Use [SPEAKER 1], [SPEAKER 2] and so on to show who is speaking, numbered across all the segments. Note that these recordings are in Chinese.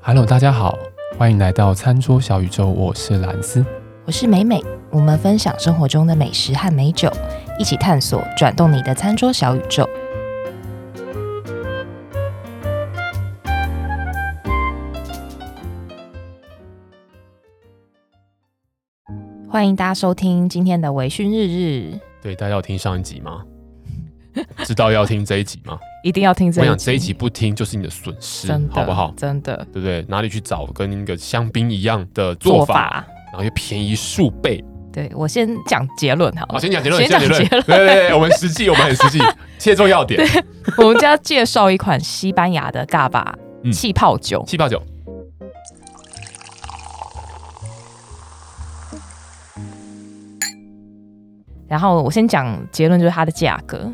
[SPEAKER 1] Hello，大家好，欢迎来到餐桌小宇宙，我是蓝斯。
[SPEAKER 2] 我是美美，我们分享生活中的美食和美酒，一起探索转动你的餐桌小宇宙。欢迎大家收听今天的微醺日日，
[SPEAKER 3] 对，大家有听上一集吗？ 知道要听这一集 吗？
[SPEAKER 2] 一定要听
[SPEAKER 3] 我
[SPEAKER 2] 这一
[SPEAKER 3] 想这
[SPEAKER 2] 集，
[SPEAKER 3] 一集不听就是你的损失
[SPEAKER 2] 真，的
[SPEAKER 3] 好不好？
[SPEAKER 2] 真的
[SPEAKER 3] 对不对？哪里去找跟那个香槟一样的做法，。然后又便宜数倍？
[SPEAKER 2] 对我先讲结论好
[SPEAKER 3] 好，
[SPEAKER 2] 了，
[SPEAKER 3] 哦先讲结论，
[SPEAKER 2] 先讲
[SPEAKER 3] 结论。
[SPEAKER 2] 结
[SPEAKER 3] 对
[SPEAKER 2] 论。
[SPEAKER 3] 对对，我们实际，我们很实际，切中要点。
[SPEAKER 2] 我们就要介绍一款西班牙的嘎巴
[SPEAKER 3] 嗯
[SPEAKER 2] 气泡酒，
[SPEAKER 3] 七八九，
[SPEAKER 2] 然后我先讲结论，就是它的价格，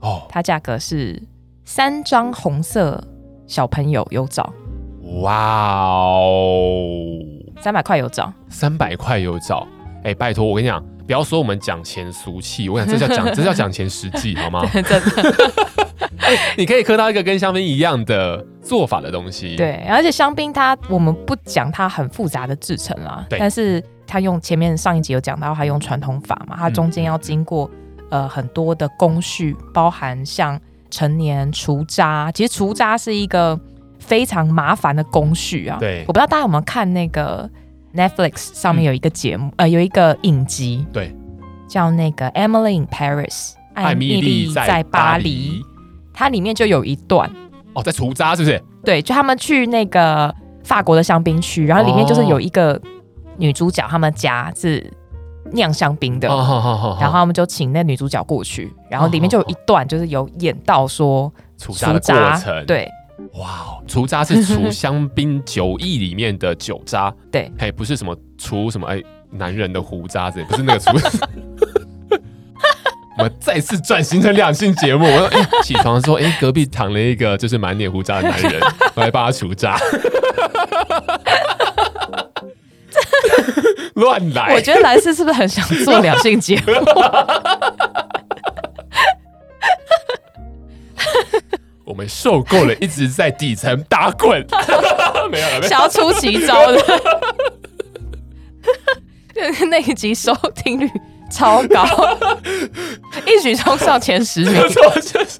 [SPEAKER 3] 哦，
[SPEAKER 2] 它价格是三张红色小朋友有找，
[SPEAKER 3] 哇哦，
[SPEAKER 2] 三百块有 找，
[SPEAKER 3] 三百块有找。哎，拜托，我跟你讲，不要说我们讲钱俗气，我想这叫讲，这叫讲钱实 际，好吗？
[SPEAKER 2] 真的
[SPEAKER 3] 你可以喝到一个跟香槟一样的做法的东西。
[SPEAKER 2] 对，而且香槟它我们不讲它很复杂的制成啦，
[SPEAKER 3] 对
[SPEAKER 2] 但是它用前面上一集有讲到，它用传统法
[SPEAKER 3] 嗯
[SPEAKER 2] 嘛，它中间要经过、呃很多的工序，包含像陈年除渣，其实除渣是一个非常麻烦的工序啊。
[SPEAKER 3] 对嗯
[SPEAKER 2] 我不知道大家有没有看那个 Netflix 上面有一个节目，呃，有一个影集，
[SPEAKER 3] 对，
[SPEAKER 2] 叫那个 Emily in Paris，
[SPEAKER 3] 艾米丽在巴黎。
[SPEAKER 2] 它里面就有一段，
[SPEAKER 3] 哦，在除渣是不是？
[SPEAKER 2] 对，就他们去那个法国的香槟区，然后里面就是有一个女主角，他们家是酿香槟的，
[SPEAKER 3] 哦好好好
[SPEAKER 2] 然后他们就请那女主角过去，然后里面就有一段就是有演到说
[SPEAKER 3] 除渣
[SPEAKER 2] 除
[SPEAKER 3] 哦的过
[SPEAKER 2] 渣，
[SPEAKER 3] 程，，
[SPEAKER 2] 对
[SPEAKER 3] 哇哦，除渣是除香槟酒液里面的酒渣，
[SPEAKER 2] 对，
[SPEAKER 3] 哎，不是什么除什么哎男人的胡渣子，不是那个除。 我们再次转型成两性节目。我说，哎、起床说，哎、隔壁躺了一个就是满脸胡渣的男 人，我来帮他除渣。乱来！
[SPEAKER 2] 我觉得兰斯是不是很想做两性节目？
[SPEAKER 3] 我们受够了，一直在底层打 滚。没有了， 没有了。
[SPEAKER 2] 想要出奇招的。 就是那一集收听率超高， 一举冲上前十 名。
[SPEAKER 3] 我就是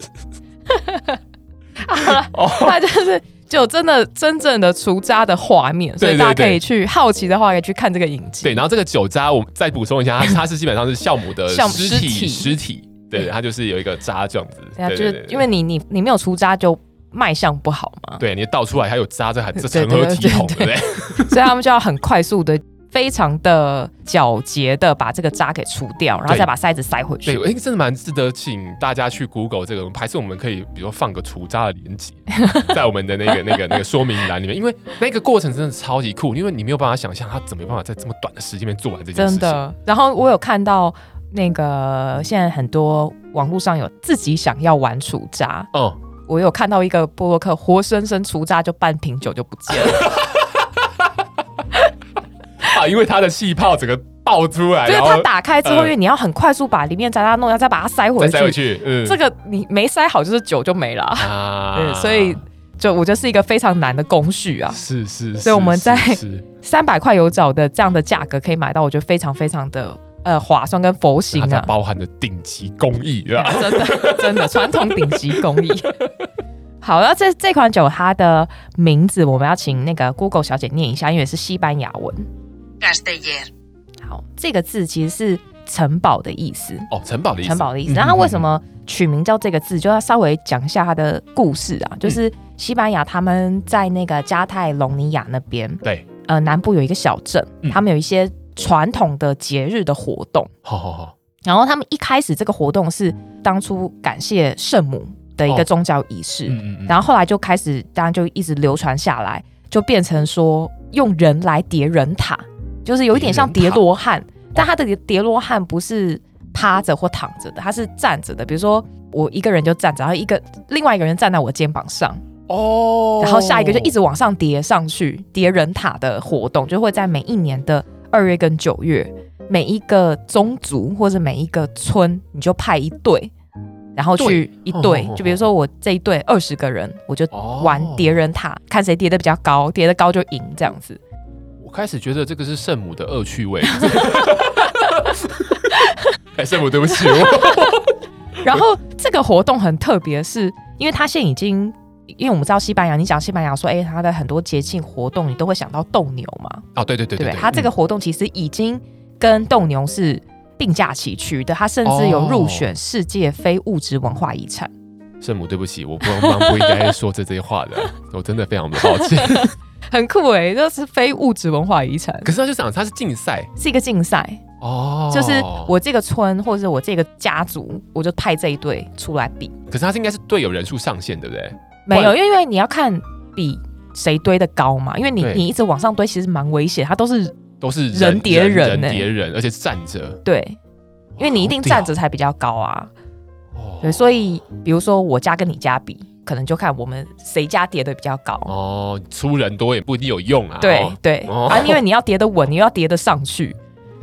[SPEAKER 2] 它就是就有真的真正的除渣的画面，所以
[SPEAKER 3] 对对
[SPEAKER 2] 大家可
[SPEAKER 3] 对
[SPEAKER 2] 以去好奇的话，可以去看这个影集。
[SPEAKER 3] 对，然后这个酒渣，我们再补充一下，它它是基本上是酵母的
[SPEAKER 2] 酵母
[SPEAKER 3] 尸
[SPEAKER 2] 尸体
[SPEAKER 3] 体，尸体，对，它就是有一个渣这样子。
[SPEAKER 2] 对啊，就
[SPEAKER 3] 对
[SPEAKER 2] 是因为你你你没有除渣，就卖相不好嘛，
[SPEAKER 3] 对你倒出来还有渣，这还这
[SPEAKER 2] 对对
[SPEAKER 3] 成何体
[SPEAKER 2] 对
[SPEAKER 3] 统，对不
[SPEAKER 2] 对
[SPEAKER 3] 对？
[SPEAKER 2] 所以他们就要很快速的、非常的皎洁的把这个渣给除掉，然后
[SPEAKER 3] 对
[SPEAKER 2] 再把塞子塞回去。
[SPEAKER 3] 对，哎，真的蛮值得请大家去 Google 这个，还是我们可以比如说放个除渣的链 接在我们的那个那个那个说明栏里面，因为那个过程真的超级酷，因为你没有办法想象它怎么有办法在这么短的时间内做完这件事情。
[SPEAKER 2] 真的。然后我有看到那个现在很多网络上有自己想要玩除渣，
[SPEAKER 3] 嗯，
[SPEAKER 2] 我有看到一个布洛克活生生除渣就半瓶酒就不见 了，
[SPEAKER 3] 啊，因为它的气泡整个爆出来，
[SPEAKER 2] 就是
[SPEAKER 3] 然
[SPEAKER 2] 它
[SPEAKER 3] 后
[SPEAKER 2] 打开之后，因
[SPEAKER 3] 呃
[SPEAKER 2] 为你要很快速把里面渣渣弄掉，再把它塞
[SPEAKER 3] 再
[SPEAKER 2] 回去
[SPEAKER 3] 塞。回去，嗯，
[SPEAKER 2] 这个你没塞好，就是酒就没了啊。
[SPEAKER 3] 啊
[SPEAKER 2] 对，所以就我觉得是一个非常难的工序啊。
[SPEAKER 3] 是是，
[SPEAKER 2] 所以我们
[SPEAKER 3] 是
[SPEAKER 2] 在
[SPEAKER 3] 是是
[SPEAKER 2] 三百块有找的这样的价格可以买到，我觉得非常非常的呃划算跟佛心
[SPEAKER 3] 它它
[SPEAKER 2] 啊。
[SPEAKER 3] 包含的顶级工艺，对吧？
[SPEAKER 2] 真的，真的，传统顶级工艺。 好，那这这款酒它的名字我们要请那个 Google 小姐念一下，因为是西班牙文。
[SPEAKER 4] Casteller.
[SPEAKER 2] 好，这个字其实是城堡的意思，
[SPEAKER 3] 哦，城堡的意思，
[SPEAKER 2] 城堡的意思。嗯那它为什么取名叫这个字？就要稍微讲一下它的故事啊，就是西班牙他们在那个加泰隆尼亚那边，
[SPEAKER 3] 对，
[SPEAKER 2] 呃，南部有一个小镇，
[SPEAKER 3] 嗯
[SPEAKER 2] 他们有一些传统的节日的活动。
[SPEAKER 3] 好好好，
[SPEAKER 2] 然后他们一开始这个活动是当初感谢圣母的一个
[SPEAKER 3] 哦
[SPEAKER 2] 宗教仪式，
[SPEAKER 3] 嗯嗯嗯，
[SPEAKER 2] 然后后来就开始，当然就一直流传下来，就变成说用人来叠人塔，就是有一点像叠罗汉，但他的叠叠罗汉不是趴着或躺着的，他是站着的。比如说我一个人就站着，然后一个另外一个人站在我肩膀上，
[SPEAKER 3] 哦，
[SPEAKER 2] 然后下一个就一直往上叠上去，叠人塔的活动就会在每一年的二月跟九月，每一个宗族或者每一个村，你就派一队，然后去一
[SPEAKER 3] 对
[SPEAKER 2] 对
[SPEAKER 3] 哦哦哦，
[SPEAKER 2] 就比如说我这一队二十个人，我就
[SPEAKER 3] 哦
[SPEAKER 2] 玩叠人塔，看谁叠的比较高，叠的高就赢这样子。
[SPEAKER 3] 哦我开始觉得这个是圣母的恶趣味。 哎，圣母，对不起， 我
[SPEAKER 2] 然 后这个活动很特别是，因为它现在已经，因为我们知道西班牙，你讲西班牙说，哎，它的很多节庆活动，你都会想到斗牛嘛，
[SPEAKER 3] 哦，对对对
[SPEAKER 2] 对嗯不对？它这个活动其实已经跟斗牛是并驾齐驱的，它甚至有入选世界非物质文化遗产。
[SPEAKER 3] 圣母，对不起，我不刚刚不应该说这些话的， 我真的非常的抱歉。
[SPEAKER 2] 很酷哎、这是非物质文化遗产，
[SPEAKER 3] 可是他就想，它是竞赛
[SPEAKER 2] 是一个竞赛，
[SPEAKER 3] 哦，
[SPEAKER 2] 就是我这个村或者是我这个家族，我就派这一队出来比。
[SPEAKER 3] 可是他是应该是队友人数上限，对不对？
[SPEAKER 2] 没
[SPEAKER 3] 哇
[SPEAKER 2] 有，因为因为你要看比谁堆的高嘛，因为你
[SPEAKER 3] 对
[SPEAKER 2] 你一直往上堆，其实蛮危险，它都是
[SPEAKER 3] 都是
[SPEAKER 2] 人叠人
[SPEAKER 3] 人
[SPEAKER 2] 欸
[SPEAKER 3] 叠人，而且是站着，
[SPEAKER 2] 对，因为你一定站着才比较高啊。
[SPEAKER 3] 哦
[SPEAKER 2] 对，所以比如说我家跟你家比，可能就看我们谁家叠的比较高。
[SPEAKER 3] 哦，出人多也不一定有用啊。
[SPEAKER 2] 对
[SPEAKER 3] 哦
[SPEAKER 2] 对，
[SPEAKER 3] 哦
[SPEAKER 2] 啊，因为你要叠得稳，你又要叠得上去，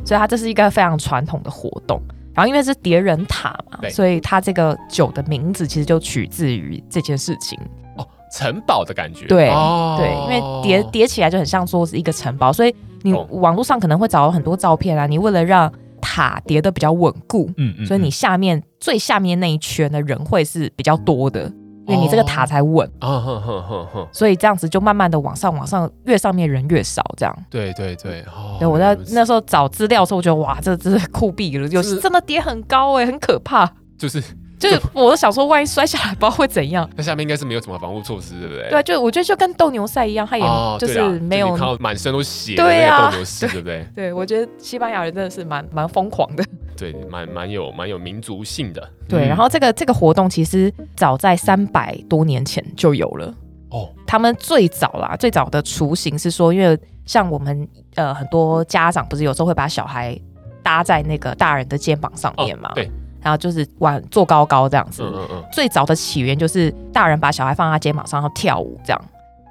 [SPEAKER 2] 所以它这是一个非常传统的活动。然后因为是叠人塔嘛
[SPEAKER 3] 对，
[SPEAKER 2] 所以它这个酒的名字其实就取自于这件事情。
[SPEAKER 3] 哦，城堡的感觉。
[SPEAKER 2] 对
[SPEAKER 3] 哦
[SPEAKER 2] 对，因为叠叠起来就很像说是一个城堡，所以你
[SPEAKER 3] 懂
[SPEAKER 2] 网络上可能会找到很多照片啊。你为了让塔叠得比较稳固，
[SPEAKER 3] 嗯嗯
[SPEAKER 2] 所以你下面最下面那一圈的人会是比较多的，因为你这个塔才稳，
[SPEAKER 3] 啊哼哼哼哼，
[SPEAKER 2] 所以这样子就慢慢的往上往上，越上面人越少这样。
[SPEAKER 3] 对对对，哦，
[SPEAKER 2] 嗯对，我
[SPEAKER 3] 原来
[SPEAKER 2] 在
[SPEAKER 3] 如此
[SPEAKER 2] 那时候找资料的时候，我觉得哇，这真是酷毙了，有
[SPEAKER 3] 是
[SPEAKER 2] 真的叠很高哎、很可怕。
[SPEAKER 3] 就是
[SPEAKER 2] 就是我都想说，万一摔下来，不知道会怎样。
[SPEAKER 3] 那下面应该是没有什么防护措施，对不 对？
[SPEAKER 2] 对，就我觉得就跟斗牛赛一样，它也
[SPEAKER 3] 哦，
[SPEAKER 2] 就
[SPEAKER 3] 对
[SPEAKER 2] 是
[SPEAKER 3] 啦
[SPEAKER 2] 没有
[SPEAKER 3] 你看到满身都血的
[SPEAKER 2] 对
[SPEAKER 3] 那
[SPEAKER 2] 啊
[SPEAKER 3] 个斗牛士，对不对？
[SPEAKER 2] 对，我觉得西班牙人真的是蛮蛮疯狂的。
[SPEAKER 3] 对， 蛮蛮有蛮有民族性的。
[SPEAKER 2] 对，
[SPEAKER 3] 嗯
[SPEAKER 2] 然后这个这个活动其实早在三百多年前就有了。
[SPEAKER 3] 哦，
[SPEAKER 2] 他们最早啦，最早的雏形是说，因为像我们呃很多家长不是有时候会把小孩搭在那个大人的肩膀上
[SPEAKER 3] 哦
[SPEAKER 2] 面嘛，，
[SPEAKER 3] 对，
[SPEAKER 2] 然后就是玩坐高高这样子。
[SPEAKER 3] 嗯嗯嗯，
[SPEAKER 2] 最早的起源就是大人把小孩放在肩膀上然后跳舞这样，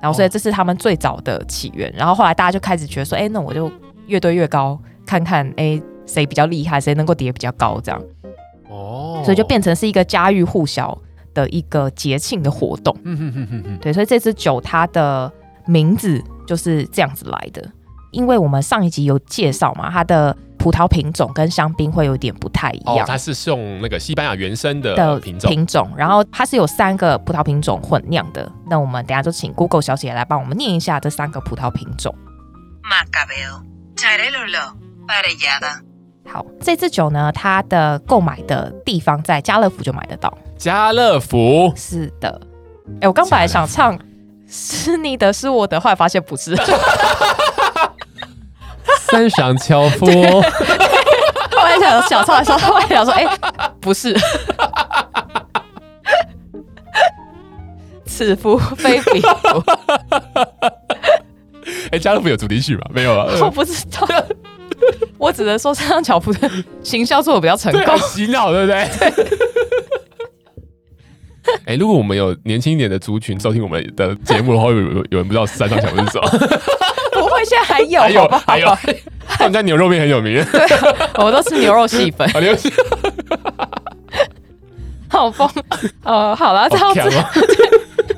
[SPEAKER 2] 然后所
[SPEAKER 3] 哦
[SPEAKER 2] 以这是他们最早的起源。然后后来大家就开始觉得说，哎、那我就越堆越高，看看哎。谁比较厉害，谁能够叠比较高，这样，
[SPEAKER 3] 哦，
[SPEAKER 2] 所以就，变成是一个家喻户晓的一个节庆的活动。
[SPEAKER 3] 嗯哼哼哼哼，
[SPEAKER 2] 对，所以这支酒它的名字就是这样子来的。因为我们上一集有介绍嘛，它的葡萄品种跟香槟会有点不太一
[SPEAKER 3] 哦
[SPEAKER 2] 样，
[SPEAKER 3] 它是用那个西班牙原生的
[SPEAKER 2] 的
[SPEAKER 3] 品种，
[SPEAKER 2] 品种，然后它是有三个葡萄品种混酿的。那我们等一下就请 Google 小姐来帮我们念一下这三个葡萄品种。
[SPEAKER 4] Macabeo, Charelolo, Parellada,
[SPEAKER 2] 好，这支酒呢，它的购买的地方在家乐福就买得到。
[SPEAKER 3] 家乐 福。
[SPEAKER 2] 是的，哎，我刚本来想唱是你的是我的，后来发现不是。
[SPEAKER 3] 三上樵夫，
[SPEAKER 2] 后来想小唱的时候，后来想说，哎、不是，此夫非彼夫，
[SPEAKER 3] 哎，家乐福有主题曲吗？没有 啊。
[SPEAKER 2] 我不知道。我只能说，山上巧夫的行销做的比较成
[SPEAKER 3] 对
[SPEAKER 2] 功
[SPEAKER 3] 啊，。洗脑对不 对？哎、如果我们有年轻一点的族群收听我们的节目的话，会有有有人不知道三上小是什么？
[SPEAKER 2] 不会，现在还 有，
[SPEAKER 3] 还有
[SPEAKER 2] 好不好
[SPEAKER 3] 还有，他们家牛肉面很有名，
[SPEAKER 2] 我都吃牛肉细粉，
[SPEAKER 3] 好流 行，
[SPEAKER 2] 好疯。呃，好了，这样
[SPEAKER 3] 好
[SPEAKER 2] 子
[SPEAKER 3] 强。哦！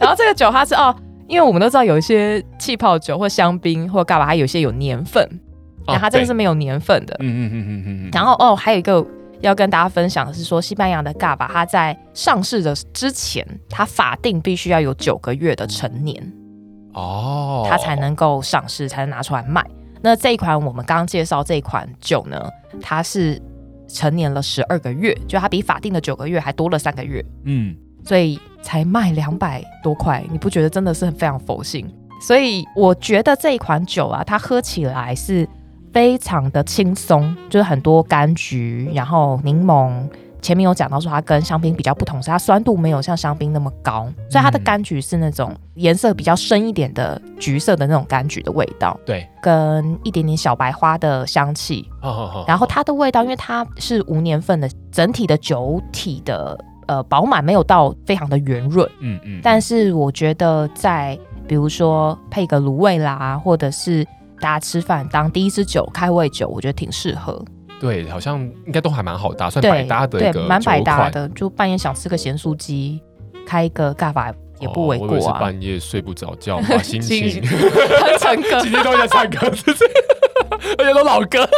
[SPEAKER 2] 然后这个酒它是哦，因为我们都知道有一些气泡酒或香槟或干嘛，它有一些有年份， 那、它这个是
[SPEAKER 3] 哦
[SPEAKER 2] 没有年份的
[SPEAKER 3] 对。嗯嗯嗯嗯嗯嗯，
[SPEAKER 2] 然后哦，还有一个要跟大家分享的是说，西班牙的 GABA 它在上市的之前，它法定必须要有九个月的成年，
[SPEAKER 3] 哦，
[SPEAKER 2] 它才能够上市，才能拿出来卖。那这一款我们刚刚介绍这一款酒呢，它是成年了十二个月，就它比法定的九个月还多了三个月，
[SPEAKER 3] 嗯，
[SPEAKER 2] 所以才卖两百多块，你不觉得真的是很非常佛性？所以我觉得这一款酒啊，它喝起来是非常的轻松，就是很多柑橘，然后柠檬。前面有讲到说它跟香槟比较不同，是它酸度没有像香槟那么高，所以它的
[SPEAKER 3] 嗯
[SPEAKER 2] 柑橘是那种颜色比较深一点的橘色的那种柑橘的味道，
[SPEAKER 3] 对，
[SPEAKER 2] 跟一点点小白花的香气，
[SPEAKER 3] 好好好，
[SPEAKER 2] 然后它的味道，因为它是无年份的，整体的酒体的呃饱满没有到非常的圆润，
[SPEAKER 3] 嗯嗯，
[SPEAKER 2] 但是我觉得在比如说配个卤味啦，或者是大家吃饭当第一支酒开胃酒，我觉得挺适合。
[SPEAKER 3] 对，好像应该都还蛮好搭，算百
[SPEAKER 2] 对
[SPEAKER 3] 嗯搭的一
[SPEAKER 2] 对
[SPEAKER 3] 个，
[SPEAKER 2] 蛮百
[SPEAKER 3] 酒
[SPEAKER 2] 搭
[SPEAKER 3] 款。
[SPEAKER 2] 的，就半夜想吃个咸酥鸡，开一个尬法也不为
[SPEAKER 3] 哦我以为
[SPEAKER 2] 过
[SPEAKER 3] 是
[SPEAKER 2] 啊。
[SPEAKER 3] 半夜睡不着觉嘛，心情
[SPEAKER 2] 心哼成歌
[SPEAKER 3] 今天都在唱歌，是不是而且都老歌。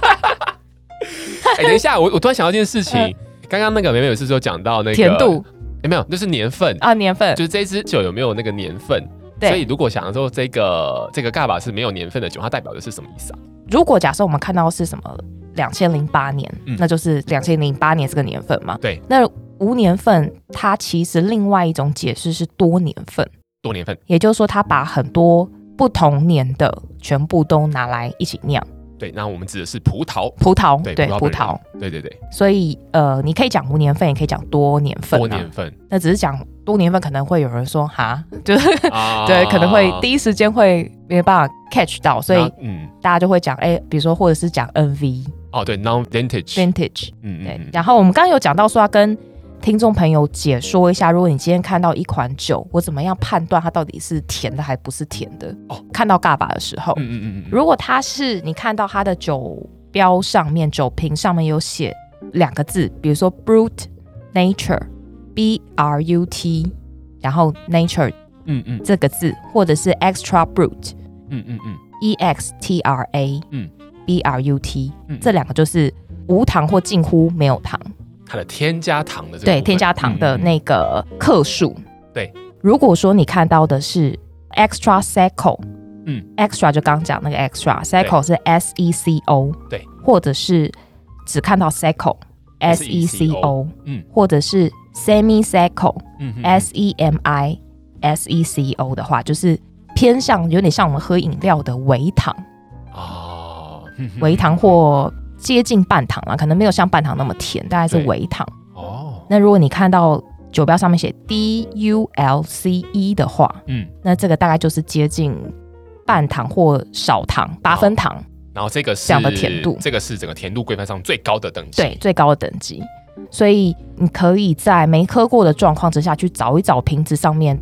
[SPEAKER 3] 哎、等一下，我我突然想到一件事情
[SPEAKER 2] 嗯，
[SPEAKER 3] 刚刚那个美美有是说讲到那个
[SPEAKER 2] 甜度，
[SPEAKER 3] 哎没有， 就是年份，
[SPEAKER 2] 啊，年份
[SPEAKER 3] 就是这支酒有没有那个年份？
[SPEAKER 2] 对
[SPEAKER 3] 所以如果想说这个这个尬把是没有年份的酒，它代表的是什么意思啊？
[SPEAKER 2] 如果假设我们看到是什么两千零八年，
[SPEAKER 3] 嗯
[SPEAKER 2] 那就是两千零八年这个年份嘛。
[SPEAKER 3] 对，
[SPEAKER 2] 那无年份它其实另外一种解释是多年份，
[SPEAKER 3] 多年份
[SPEAKER 2] 也就是说它把很多不同年的全部都拿来一起酿
[SPEAKER 3] 对，那我们指的是葡萄，
[SPEAKER 2] 葡萄，
[SPEAKER 3] 对
[SPEAKER 2] 葡
[SPEAKER 3] 葡萄
[SPEAKER 2] 萄
[SPEAKER 3] 本。对对对，
[SPEAKER 2] 所以呃，你可以讲无年份，也可以讲多年份、啊。
[SPEAKER 3] 多年份
[SPEAKER 2] 那只是讲多年份，可能会有人说哈， 就是、
[SPEAKER 3] 啊
[SPEAKER 2] 对，可能会第一时间会没办法 catch 到，所以
[SPEAKER 3] 那嗯
[SPEAKER 2] 大家就会讲哎、比如说或者是讲 NV
[SPEAKER 3] 哦对，non vintage，
[SPEAKER 2] vintage。
[SPEAKER 3] 嗯
[SPEAKER 2] 对，
[SPEAKER 3] 嗯嗯，
[SPEAKER 2] 然后我们刚刚有讲到说要跟听众朋友解说一下，如果你今天看到一款酒，我怎么样判断它到底是甜的还不是甜的？
[SPEAKER 3] 哦
[SPEAKER 2] 看到嘎巴的时候，
[SPEAKER 3] 嗯嗯嗯嗯，
[SPEAKER 2] 如果它是你看到它的酒标上面、酒瓶上面有写两个字，比如说 brut nature b r u t，然后 nature
[SPEAKER 3] 嗯嗯
[SPEAKER 2] 这个字，或者是 extra brut
[SPEAKER 3] 嗯嗯嗯
[SPEAKER 2] e x t r a
[SPEAKER 3] 嗯
[SPEAKER 2] b r u t，
[SPEAKER 3] 嗯
[SPEAKER 2] 这两个就是无糖或近乎没有糖。
[SPEAKER 3] 它的添加糖的这个
[SPEAKER 2] 对
[SPEAKER 3] 部分
[SPEAKER 2] 添加糖
[SPEAKER 3] 嗯
[SPEAKER 2] 的
[SPEAKER 3] 嗯嗯
[SPEAKER 2] 那个克数。
[SPEAKER 3] 对，
[SPEAKER 2] 如果说你看到的是 extra seco，
[SPEAKER 3] 嗯
[SPEAKER 2] ，extra 就刚刚讲那个 extra seco 是 s e c o，
[SPEAKER 3] 对，
[SPEAKER 2] 或者是只看到 seco s e c o，
[SPEAKER 3] SECO 嗯
[SPEAKER 2] 或者是 semi seco
[SPEAKER 3] 嗯嗯
[SPEAKER 2] s e m i s e c o 的话，就是偏向有点像我们喝饮料的微糖，
[SPEAKER 3] 啊
[SPEAKER 2] 微糖或接近半糖啊，可能没有像半糖那么甜，大概是
[SPEAKER 3] 对
[SPEAKER 2] 微糖。
[SPEAKER 3] 哦
[SPEAKER 2] 那如果你看到酒标上面写 D U L C E 的话，
[SPEAKER 3] 嗯，
[SPEAKER 2] 那这个大概就是接近半糖或少糖、八分糖，
[SPEAKER 3] 然后这个是
[SPEAKER 2] 这样的甜度
[SPEAKER 3] 这个是整个甜度规范上最高的等级，
[SPEAKER 2] 对，最高的等级。所以你可以在没喝过的状况之下去找一找瓶子上面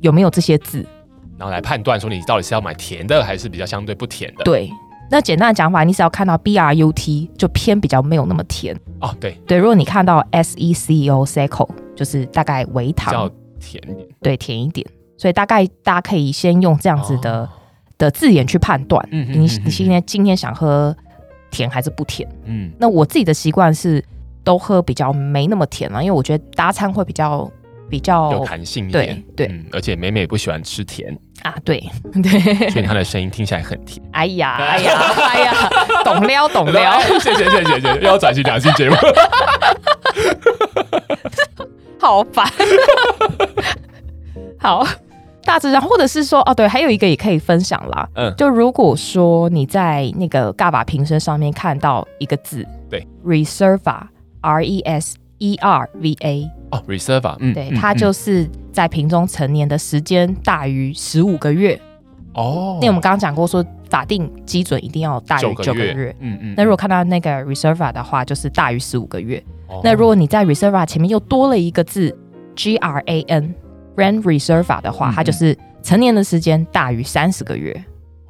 [SPEAKER 2] 有没有这些字。
[SPEAKER 3] 然后来判断说你到底是要买甜的还是比较相对不甜的，
[SPEAKER 2] 对，那简单的讲法，你只要看到 B R U T 就偏比较没有那么甜。
[SPEAKER 3] 哦对，
[SPEAKER 2] 对，如果你看到 S E C O Seco，就是大概
[SPEAKER 3] 比
[SPEAKER 2] 微
[SPEAKER 3] 较
[SPEAKER 2] 糖，
[SPEAKER 3] 甜一点
[SPEAKER 2] 对，甜一点。所以大概大家可以先用这样子的、
[SPEAKER 3] 哦
[SPEAKER 2] 的字眼去判断，
[SPEAKER 3] 嗯哼
[SPEAKER 2] 你
[SPEAKER 3] 嗯哼
[SPEAKER 2] 你今天今天想喝甜还是不甜？
[SPEAKER 3] 嗯
[SPEAKER 2] 那我自己的习惯是都喝比较没那么甜啊，因为我觉得搭餐会比较比
[SPEAKER 3] 有
[SPEAKER 2] 较
[SPEAKER 3] 弹性一
[SPEAKER 2] 对
[SPEAKER 3] 点，
[SPEAKER 2] 哦对
[SPEAKER 3] 嗯，而且美美不喜欢吃 甜，
[SPEAKER 2] 啊，对对，
[SPEAKER 3] 所以她的声音听起来很甜。
[SPEAKER 2] 哎呀哎呀哎呀，懂撩懂撩，
[SPEAKER 3] 谢谢谢谢谢谢，又要转型两性节目。
[SPEAKER 2] 好烦， 好。大致上，或者是说，哦，对，还有一个也可以分享啦。
[SPEAKER 3] 嗯
[SPEAKER 2] 就如果说你在那个嘎巴瓶身上面看到一个字，
[SPEAKER 3] 对
[SPEAKER 2] ，reserva，r e s e r v a，
[SPEAKER 3] 哦，reserva，嗯，
[SPEAKER 2] 对，
[SPEAKER 3] 嗯
[SPEAKER 2] 它
[SPEAKER 3] 嗯
[SPEAKER 2] 就是在瓶中成年的时间大于十五个月。
[SPEAKER 3] 哦，
[SPEAKER 2] 那、我们刚刚讲过说，法定基准一定要大于九个月。
[SPEAKER 3] 嗯嗯
[SPEAKER 2] 那如果看到那个 reserva 的话，就是大于十五个月。
[SPEAKER 3] 哦
[SPEAKER 2] 那如果你在 reserva 前面又多了一个字 G R A N brand reserva 的话，
[SPEAKER 3] 嗯
[SPEAKER 2] 它
[SPEAKER 3] 嗯
[SPEAKER 2] 就是成年的时间大于三十个月，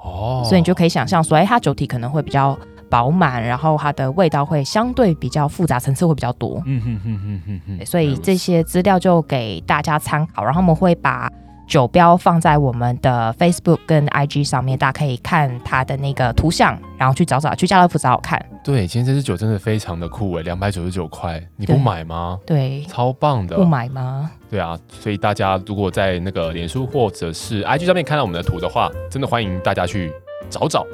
[SPEAKER 3] 哦，
[SPEAKER 2] 所以你就可以想象说，哎，它酒体可能会比较饱满，然后它的味道会相对比较复杂，层次会比较多。
[SPEAKER 3] 嗯哼哼哼哼哼，
[SPEAKER 2] 所以
[SPEAKER 3] 嗯
[SPEAKER 2] 这些资料就给大家参考，然后我们会把酒标放在我们的 Facebook 跟 IG 上面，大家可以看它的那个图像，然后去找找，去家乐福找找看。
[SPEAKER 3] 对，今天这支酒真的非常的酷欸诶，两百九十九块，你不
[SPEAKER 2] 对嗯
[SPEAKER 3] 买吗？
[SPEAKER 2] 对，
[SPEAKER 3] 超棒的
[SPEAKER 2] 不，买吗？
[SPEAKER 3] 对啊，所以大家如果在那个脸书或者是 IG 上面看到我们的图的话，真的欢迎大家去找找。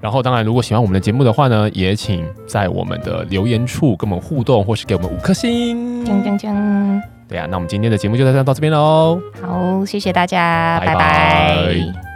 [SPEAKER 3] 然后，当然，如果喜欢我们的节目的话呢，也请在我们的留言处跟我们互动，或是给我们五颗星。
[SPEAKER 2] 锵锵锵！
[SPEAKER 3] 对啊，那我们今天的节目就到到这边喽。
[SPEAKER 2] 好，谢谢大家，
[SPEAKER 3] 拜拜
[SPEAKER 2] 拜拜